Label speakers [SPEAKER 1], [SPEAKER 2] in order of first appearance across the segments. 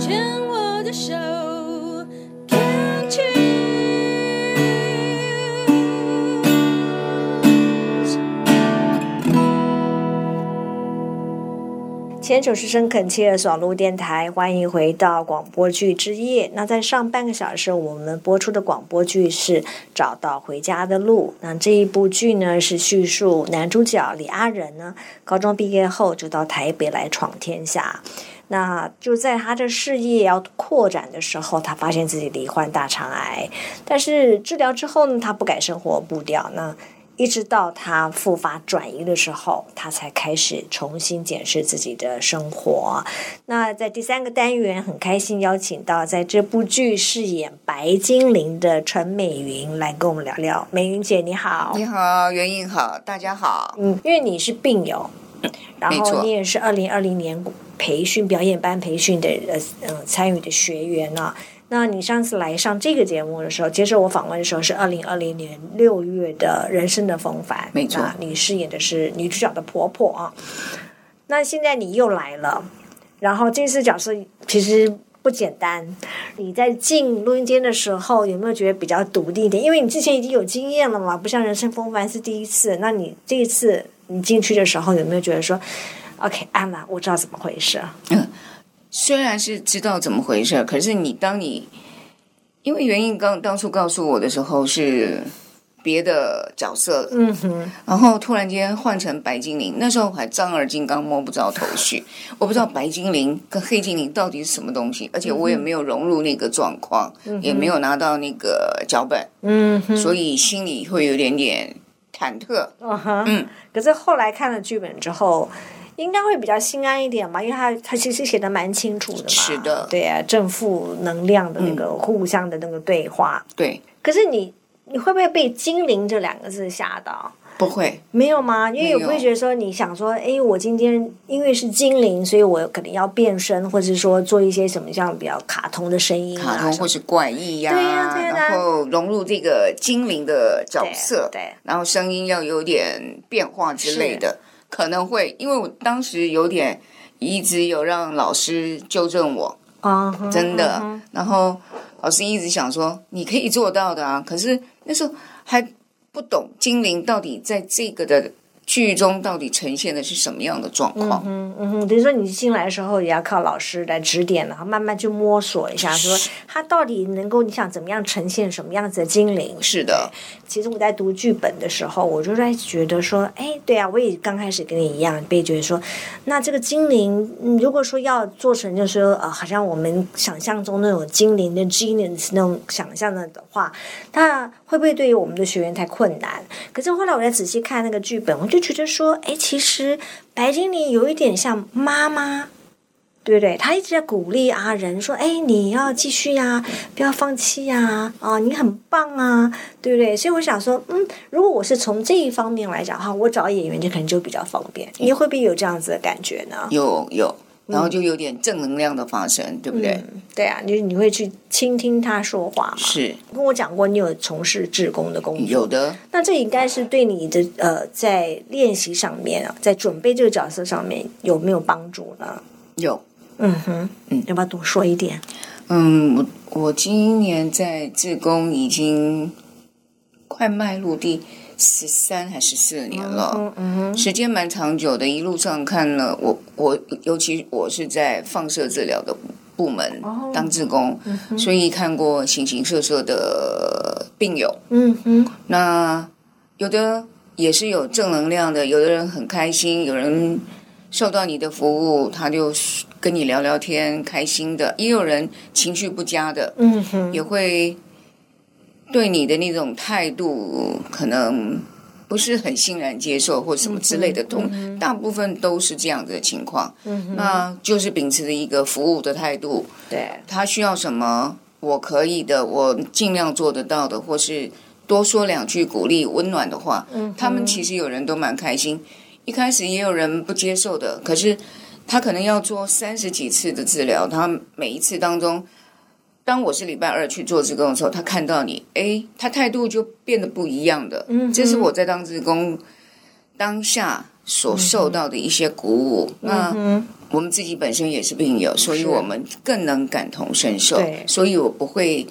[SPEAKER 1] 牵我的手，Can't you？
[SPEAKER 2] 牵手之声恳切爽录电台，欢迎回到广播剧之夜。那在上半个小时，我们播出的广播剧是《找到回家的路》。那这一部剧呢，是叙述男主角李阿仁呢，高中毕业后就到台北来闯天下。那就在他的事业要扩展的时候，他发现自己罹患大肠癌，但是治疗之后呢，他不改生活步调，那一直到他复发转移的时候，他才开始重新检视自己的生活。那在第三个单元，很开心邀请到在这部剧饰演白精灵的陈美云来跟我们聊聊。美云姐，你好。
[SPEAKER 3] 你好，袁颖好，大家好。
[SPEAKER 2] 嗯，因为你是病友，然
[SPEAKER 3] 嗯没
[SPEAKER 2] 后
[SPEAKER 3] 错
[SPEAKER 2] 你也是二零二零年培训表演班培训的呃呃参与的学员啊。那你上次来上这个节目的时候，接受我访问的时候是二零二零年六月的《人生的风帆》，
[SPEAKER 3] 没错
[SPEAKER 2] 那你饰演的是女主角的婆婆啊。那现在你又来了，然后这次角色其实不简单。你在进录音间的时候，有没有觉得比较独立一点？因为你之前已经有经验了嘛，不像人生风帆是第一次。那你这一次你进去的时候，有没有觉得说，OK，安了，我知道怎么回事？
[SPEAKER 3] 虽然是知道怎么回事，可是你当你因为袁颖刚当初告诉我的时候是别的角色，
[SPEAKER 2] 嗯哼，
[SPEAKER 3] 然后突然间换成白精灵，那时候还丈二金刚摸不着头 绪，我不知道白精灵跟黑精灵到底是什么东西，而且我也没有融入那个状况，也没有拿到那个脚本，
[SPEAKER 2] 嗯哼，
[SPEAKER 3] 所以心里会有点点忐忑。
[SPEAKER 2] 嗯哼，
[SPEAKER 3] 嗯。
[SPEAKER 2] 可是后来看了剧本之后。应该会比较心安一点吧，因为他他其实写的蛮清楚的嘛，
[SPEAKER 3] 是的嗯
[SPEAKER 2] 对啊，正负能量的那个互相的那个对话，
[SPEAKER 3] 对，
[SPEAKER 2] 可是你你会不会被“精灵”这两个字吓到？
[SPEAKER 3] 不会，
[SPEAKER 2] 没有吗？因为
[SPEAKER 3] 没
[SPEAKER 2] 有
[SPEAKER 3] 有
[SPEAKER 2] 不会觉得说你想说，哎，我今天因为是精灵，所以我可能要变身，或者是说做一些什么像比较卡通的声音啊
[SPEAKER 3] 卡通
[SPEAKER 2] 什么
[SPEAKER 3] 或是怪异呀、
[SPEAKER 2] 对呀对呀对呀
[SPEAKER 3] 然后融入这个精灵的角色，
[SPEAKER 2] 对对啊
[SPEAKER 3] 然后声音要有点变化之类的，可能会，因为我当时有点一直有让老师纠正我，
[SPEAKER 2] 啊，哼
[SPEAKER 3] 真的，
[SPEAKER 2] 嗯哼
[SPEAKER 3] 然后老师一直想说你可以做到的啊，可是那时候还不懂精灵到底在这个的剧中到底呈现的是什么样的状况，
[SPEAKER 2] 嗯嗯哼，等于说你进来的时候也要靠老师来指点，然后慢慢去摸索一下，说他到底能够你想怎么样呈现什么样子的精灵？
[SPEAKER 3] 是的，
[SPEAKER 2] 其实我在读剧本的时候，我就在觉得说，哎，对啊，我也刚开始跟你一样，被觉得说，那这个精灵，嗯如果说要做成，就是说，呃，好像我们想象中那种精灵的 genius 那种想象的的话，那会不会对于我们的学员太困难？可是后来我再仔细看那个剧本，我就觉得说，哎，其实白精灵有一点像妈妈。对不对？他一直在鼓励阿仁说：“哎，你要继续呀、不要放弃呀、啊，你很棒啊，对不对？”所以我想说，嗯，如果我是从这一方面来讲哈，我找演员就可能就比较方便。你会不会有这样子的感觉呢？
[SPEAKER 3] 有有，然后就有点正能量的发生，对不对？
[SPEAKER 2] 嗯，对啊，你你会去倾听他说话嘛？
[SPEAKER 3] 是
[SPEAKER 2] 你跟我讲过，你有从事志工的工作，
[SPEAKER 3] 有的，
[SPEAKER 2] 那这应该是对你的呃，在练习上面啊，在准备这个角色上面有没有帮助呢？
[SPEAKER 3] 有。
[SPEAKER 2] 嗯哼，
[SPEAKER 3] 嗯
[SPEAKER 2] 要不要多说一点？
[SPEAKER 3] 嗯，我我今年在志工已经快迈入第十三还十四年了，
[SPEAKER 2] 嗯嗯哼。
[SPEAKER 3] 时间蛮长久的。一路上看了我我，尤其我是在放射治疗的部门
[SPEAKER 2] 哦
[SPEAKER 3] 当志工，所以看过形形色色的病友。
[SPEAKER 2] 嗯哼，
[SPEAKER 3] 那有的也是有正能量的，有的人很开心，有人受到你的服务，他就跟你聊聊天，开心的；也有人情绪不佳的，
[SPEAKER 2] 嗯哼，
[SPEAKER 3] 也会对你的那种态度可能不是很欣然接受，或什么之类的。通、大部分都是这样子的情况。
[SPEAKER 2] 嗯
[SPEAKER 3] 那就是秉持着一个服务的态度，
[SPEAKER 2] 对，
[SPEAKER 3] 他需要什么，我可以的，我尽量做得到的，或是多说两句鼓励、温暖的话。
[SPEAKER 2] 嗯哼
[SPEAKER 3] 他们其实有人都蛮开心，一开始也有人不接受的，可是他可能要做三十几次的治疗，他每一次当中。当我是礼拜二去做志工的时候，他看到你，诶，他态度就变得不一样的。
[SPEAKER 2] 嗯哼
[SPEAKER 3] 这是我在当志工当下所受到的一些鼓舞。
[SPEAKER 2] 嗯
[SPEAKER 3] 那、我们自己本身也是病友，所以我们更能感同身受
[SPEAKER 2] 对。
[SPEAKER 3] 所以我不会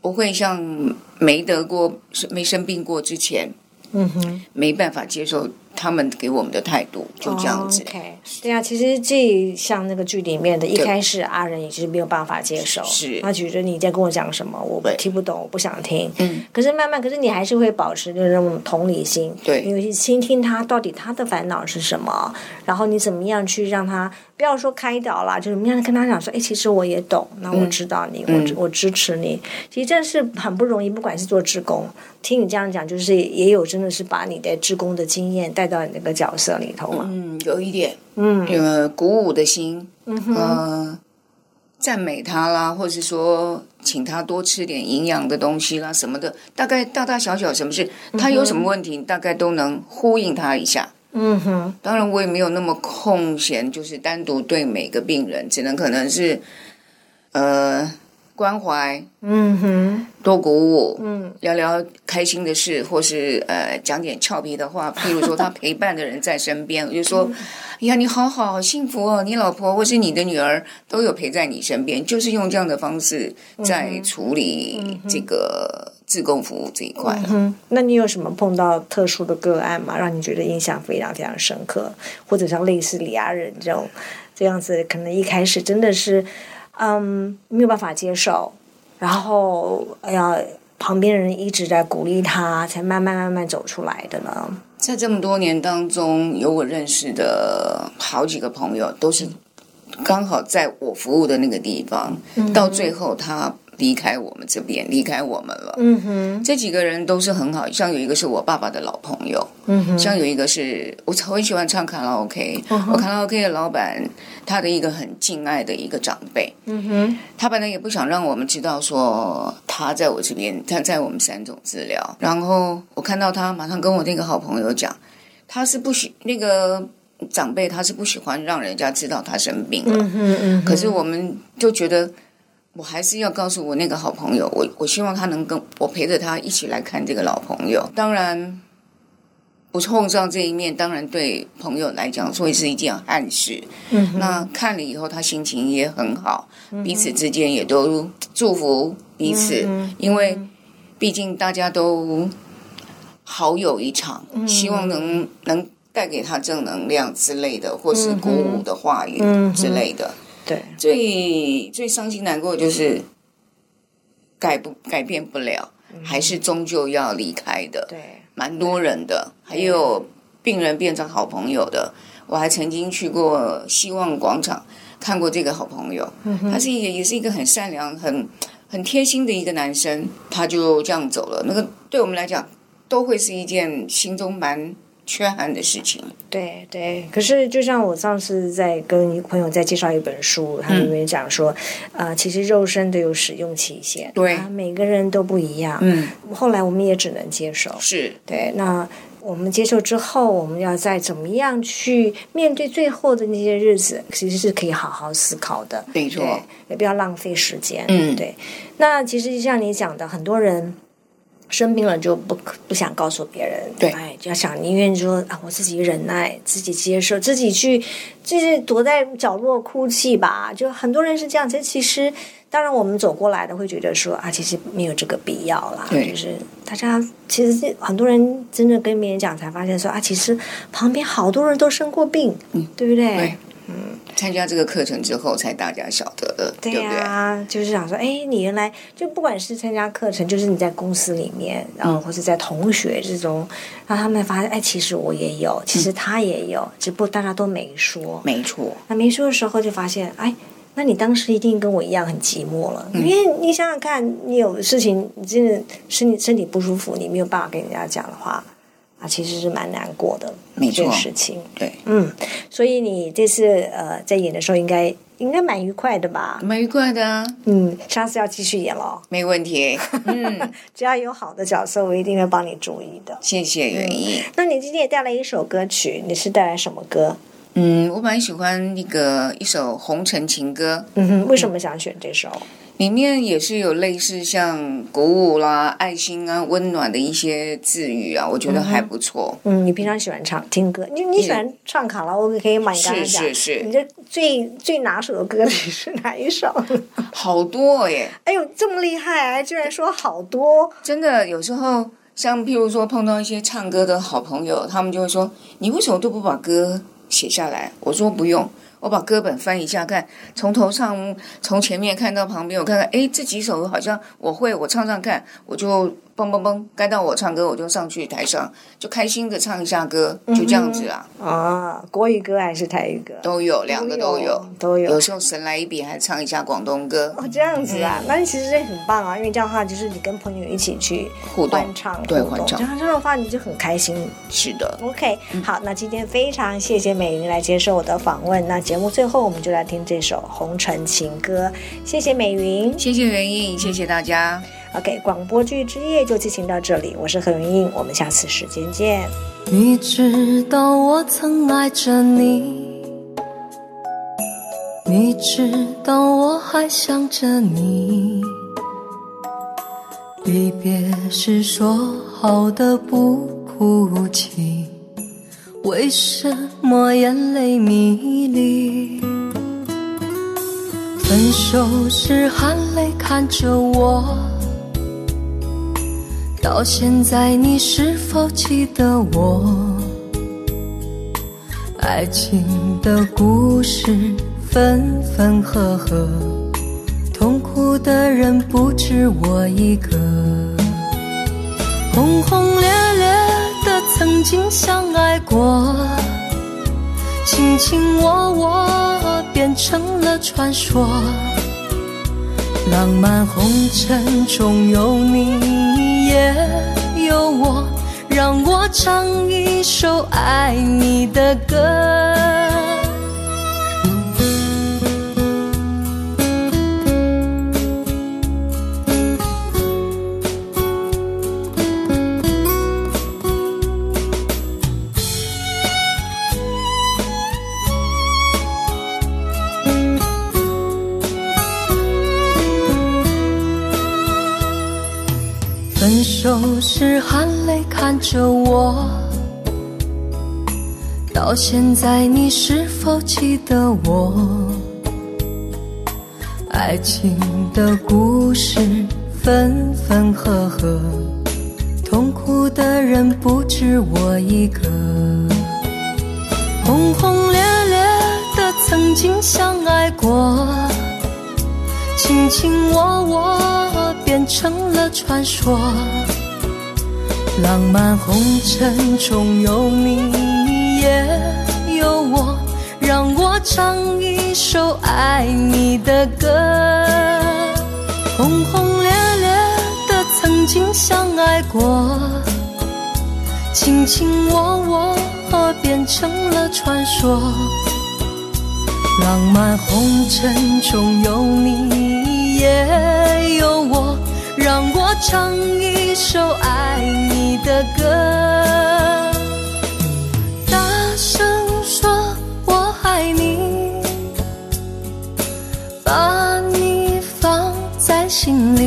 [SPEAKER 3] 不会像没得过、没生病过之前，
[SPEAKER 2] 嗯哼。
[SPEAKER 3] 没办法接受他们给我们的态度，就这样子。
[SPEAKER 2] o k 对啊，其实这像那个剧里面的，一
[SPEAKER 3] 对
[SPEAKER 2] 开始阿仁也是没有办法接受，
[SPEAKER 3] 是
[SPEAKER 2] 他觉得你在跟我讲什么，我
[SPEAKER 3] 对
[SPEAKER 2] 听不懂，我不想听。
[SPEAKER 3] 嗯，
[SPEAKER 2] 可是慢慢，可是你还是会保持着那种同理心，
[SPEAKER 3] 对
[SPEAKER 2] 你会去倾听他到底他的烦恼是什么，然后你怎么样去让他不要说开导啦，就怎么样跟他讲说，哎，其实我也懂，那
[SPEAKER 3] 嗯
[SPEAKER 2] 我知道你，我支我支持你。其实这是很不容易，不管是做志工，听你这样讲，就是也有真的是把你的志工的经验带到你那个角色里头嘛。
[SPEAKER 3] 嗯，有一点，
[SPEAKER 2] 嗯
[SPEAKER 3] 呃，鼓舞的心，
[SPEAKER 2] 嗯哼，
[SPEAKER 3] 呃，赞美他啦，或是说请他多吃点营养的东西啦，什么的，大概大大小小什么事，他有什么问题，大概都能呼应他一下。
[SPEAKER 2] 嗯哼，
[SPEAKER 3] 当然，我也没有那么空闲，就是单独对每个病人，只能可能是，呃，关怀、
[SPEAKER 2] 嗯哼，
[SPEAKER 3] 多鼓舞，
[SPEAKER 2] 嗯，
[SPEAKER 3] 聊聊开心的事，或是呃讲点俏皮的话，譬如说他陪伴的人在身边，我就说，哎呀，你好好，好幸福哦，你老婆或是你的女儿都有陪在你身边，就是用这样的方式在处理这个自贡服务这一块了。
[SPEAKER 2] 嗯，那你有什么碰到特殊的个案吗？让你觉得印象非常非常深刻，或者像类似李亚仁这种这样子，可能一开始真的是，嗯，没有办法接受，然后哎呀，旁边人一直在鼓励他，才慢慢慢慢走出来的呢。
[SPEAKER 3] 在这么多年当中，有我认识的好几个朋友，都是刚好在我服务的那个地方，
[SPEAKER 2] 嗯
[SPEAKER 3] 到最后他离开我们这边，离开我们了。
[SPEAKER 2] 嗯哼，
[SPEAKER 3] 这几个人都是很好，像有一个是我爸爸的老朋友，
[SPEAKER 2] 嗯哼，嗯
[SPEAKER 3] 像有一个是我很喜欢唱卡拉 OK，、
[SPEAKER 2] 哼
[SPEAKER 3] 我卡拉 OK 的老板，他的一个很敬爱的一个长辈，
[SPEAKER 2] 嗯哼，
[SPEAKER 3] 他本来也不想让我们知道说他在我这边，他在我们三种治疗。然后我看到他，马上跟我那个好朋友讲，他是不喜那个长辈，他是不喜欢让人家知道他生病了。
[SPEAKER 2] 嗯哼，嗯哼，
[SPEAKER 3] 可是我们就觉得，我还是要告诉我那个好朋友，我我希望他能跟我陪着他一起来看这个老朋友。当然，不碰上这一面，当然对朋友来讲，所以是一件憾事。
[SPEAKER 2] 嗯哼，嗯
[SPEAKER 3] 那看了以后，他心情也很好，彼此之间也都祝福彼此，
[SPEAKER 2] 嗯
[SPEAKER 3] 因为毕竟大家都好友一场，
[SPEAKER 2] 嗯
[SPEAKER 3] 希望能能带给他正能量之类的，或是鼓舞的话语
[SPEAKER 2] 嗯哼
[SPEAKER 3] 之类的。
[SPEAKER 2] 对，
[SPEAKER 3] 最最伤心难过的就是改不改变不了，还是终究要离开的。
[SPEAKER 2] 对，
[SPEAKER 3] 蛮多人的，还有病人变成好朋友的。我还曾经去过希望广场看过这个好朋友，他是一个也是一个很善良、很很贴心的一个男生，他就这样走了。那个对我们来讲都会是一件心中蛮缺憾的事情。
[SPEAKER 2] 对对，可是就像我上次在跟朋友在介绍一本书，它
[SPEAKER 3] 嗯
[SPEAKER 2] 里面讲说，呃，其实肉身都有使用期限，
[SPEAKER 3] 对
[SPEAKER 2] 啊，每个人都不一样。
[SPEAKER 3] 嗯，
[SPEAKER 2] 后来我们也只能接受，
[SPEAKER 3] 是
[SPEAKER 2] 对，那我们接受之后，我们要再怎么样去面对最后的那些日子，其实是可以好好思考的，
[SPEAKER 3] 没错
[SPEAKER 2] 对，也不要浪费时间，
[SPEAKER 3] 嗯
[SPEAKER 2] 对。那其实就像你讲的，很多人。生病了就不不想告诉别人，
[SPEAKER 3] 对
[SPEAKER 2] 哎，就要想宁愿说啊，我自己忍耐，自己接受，自己去，就是躲在角落哭泣吧。就很多人是这样，这其实当然我们走过来的会觉得说啊，其实没有这个必要啦，
[SPEAKER 3] 对
[SPEAKER 2] 就是大家其实是很多人真的跟别人讲才发现说啊，其实旁边好多人都生过病，对不
[SPEAKER 3] 嗯
[SPEAKER 2] 对？
[SPEAKER 3] 对参加这个课程之后才大家晓得的，对不
[SPEAKER 2] 呀、
[SPEAKER 3] 对？
[SPEAKER 2] 就是想说，哎，你原来就不管是参加课程，就是你在公司里面，然
[SPEAKER 3] 嗯
[SPEAKER 2] 后或者在同学之中，让他们发现，哎，其实我也有，其
[SPEAKER 3] 嗯
[SPEAKER 2] 实他也有，只不过大家都没说。
[SPEAKER 3] 没错，
[SPEAKER 2] 那没说的时候就发现，哎，那你当时一定跟我一样很寂寞了，
[SPEAKER 3] 嗯
[SPEAKER 2] 因为你想想看，你有事情，你真的身体身体不舒服，你没有办法跟人家讲的话，啊，其实是蛮难过的
[SPEAKER 3] 没
[SPEAKER 2] 一件
[SPEAKER 3] 错
[SPEAKER 2] 事情。
[SPEAKER 3] 对，
[SPEAKER 2] 嗯，所以你这次呃在演的时候应该应该蛮愉快的吧？
[SPEAKER 3] 蛮愉快的 啊，
[SPEAKER 2] 嗯，下次要继续演咯，
[SPEAKER 3] 没问题。嗯，
[SPEAKER 2] 只要有好的角色，我一定会帮你注意的。
[SPEAKER 3] 谢谢袁毅。
[SPEAKER 2] 那你今天也带来一首歌曲，你是带来什么歌？
[SPEAKER 3] 嗯嗯，我蛮喜欢那个一首《红尘情歌
[SPEAKER 2] 嗯哼，为什么想选这首？》，
[SPEAKER 3] 里面也是有类似像鼓舞啦、爱心啊、温暖的一些字语啊，我觉得还不错。
[SPEAKER 2] 嗯，你平常喜欢唱听歌，你你喜欢唱卡拉 OK 可以吗？你刚刚
[SPEAKER 3] 嗯是
[SPEAKER 2] 讲，
[SPEAKER 3] 是是
[SPEAKER 2] 你这最最拿手的歌是哪 一首？
[SPEAKER 3] 好多耶、
[SPEAKER 2] 哎呦，这么厉害，居然说好多，
[SPEAKER 3] 真的有时候像譬如说碰到一些唱歌的好朋友，他们就会说：“你为什么都不把歌写下来？”我说：“不用。”我把歌本翻一下看，从头上从前面看到旁边，我看看，诶，这几首好像我会，我唱唱看，我就蹦蹦蹦，该到我唱歌我就上去台上，就开心的唱一下歌，就这样子啊，
[SPEAKER 2] 啊，国语歌还是台语歌？
[SPEAKER 3] 都有两个都有，
[SPEAKER 2] 都有
[SPEAKER 3] 有时候神来一笔还唱一下广东歌，
[SPEAKER 2] 哦，这样子
[SPEAKER 3] 嗯
[SPEAKER 2] 啊，那其实这很棒啊，因为这样的话就是你跟朋友一起去
[SPEAKER 3] 互动
[SPEAKER 2] 欢唱，
[SPEAKER 3] 对
[SPEAKER 2] 互动
[SPEAKER 3] 欢唱嗯
[SPEAKER 2] 这样这样的话你就很开心。
[SPEAKER 3] 是的，
[SPEAKER 2] OK，好，那今天非常谢谢美云来接受我的访问。那节目最后我们就来听这首《红尘情歌》，谢谢美云。
[SPEAKER 3] 谢谢袁印，谢谢大家。
[SPEAKER 2] OK，广播剧之夜就进行到这里，我是何云英，我们下次时间见。
[SPEAKER 1] 你知道我曾爱着你，你知道我还想着你。离别时说好的不哭泣，为什么眼泪迷离？分手时含泪看着我。到现在，你是否记得我？爱情的故事分分合合，痛苦的人不止我一个。轰轰烈烈的曾经相爱过，卿卿我我变成了传说。浪漫红尘中有你也有我，让我唱一首爱你的歌。分手时含泪看着我，到现在你是否记得我？爱情的故事分分合合，痛苦的人不止我一个。轰轰烈烈的曾经相爱过。卿卿我我变成了传说。浪漫红尘中有你也有我，让我唱一首爱你的歌。轰轰烈烈的曾经相爱过，卿卿我我变成了传说。浪漫红尘中有你也有我，让我唱一首爱你的歌。大声说我爱你，把你放在心里。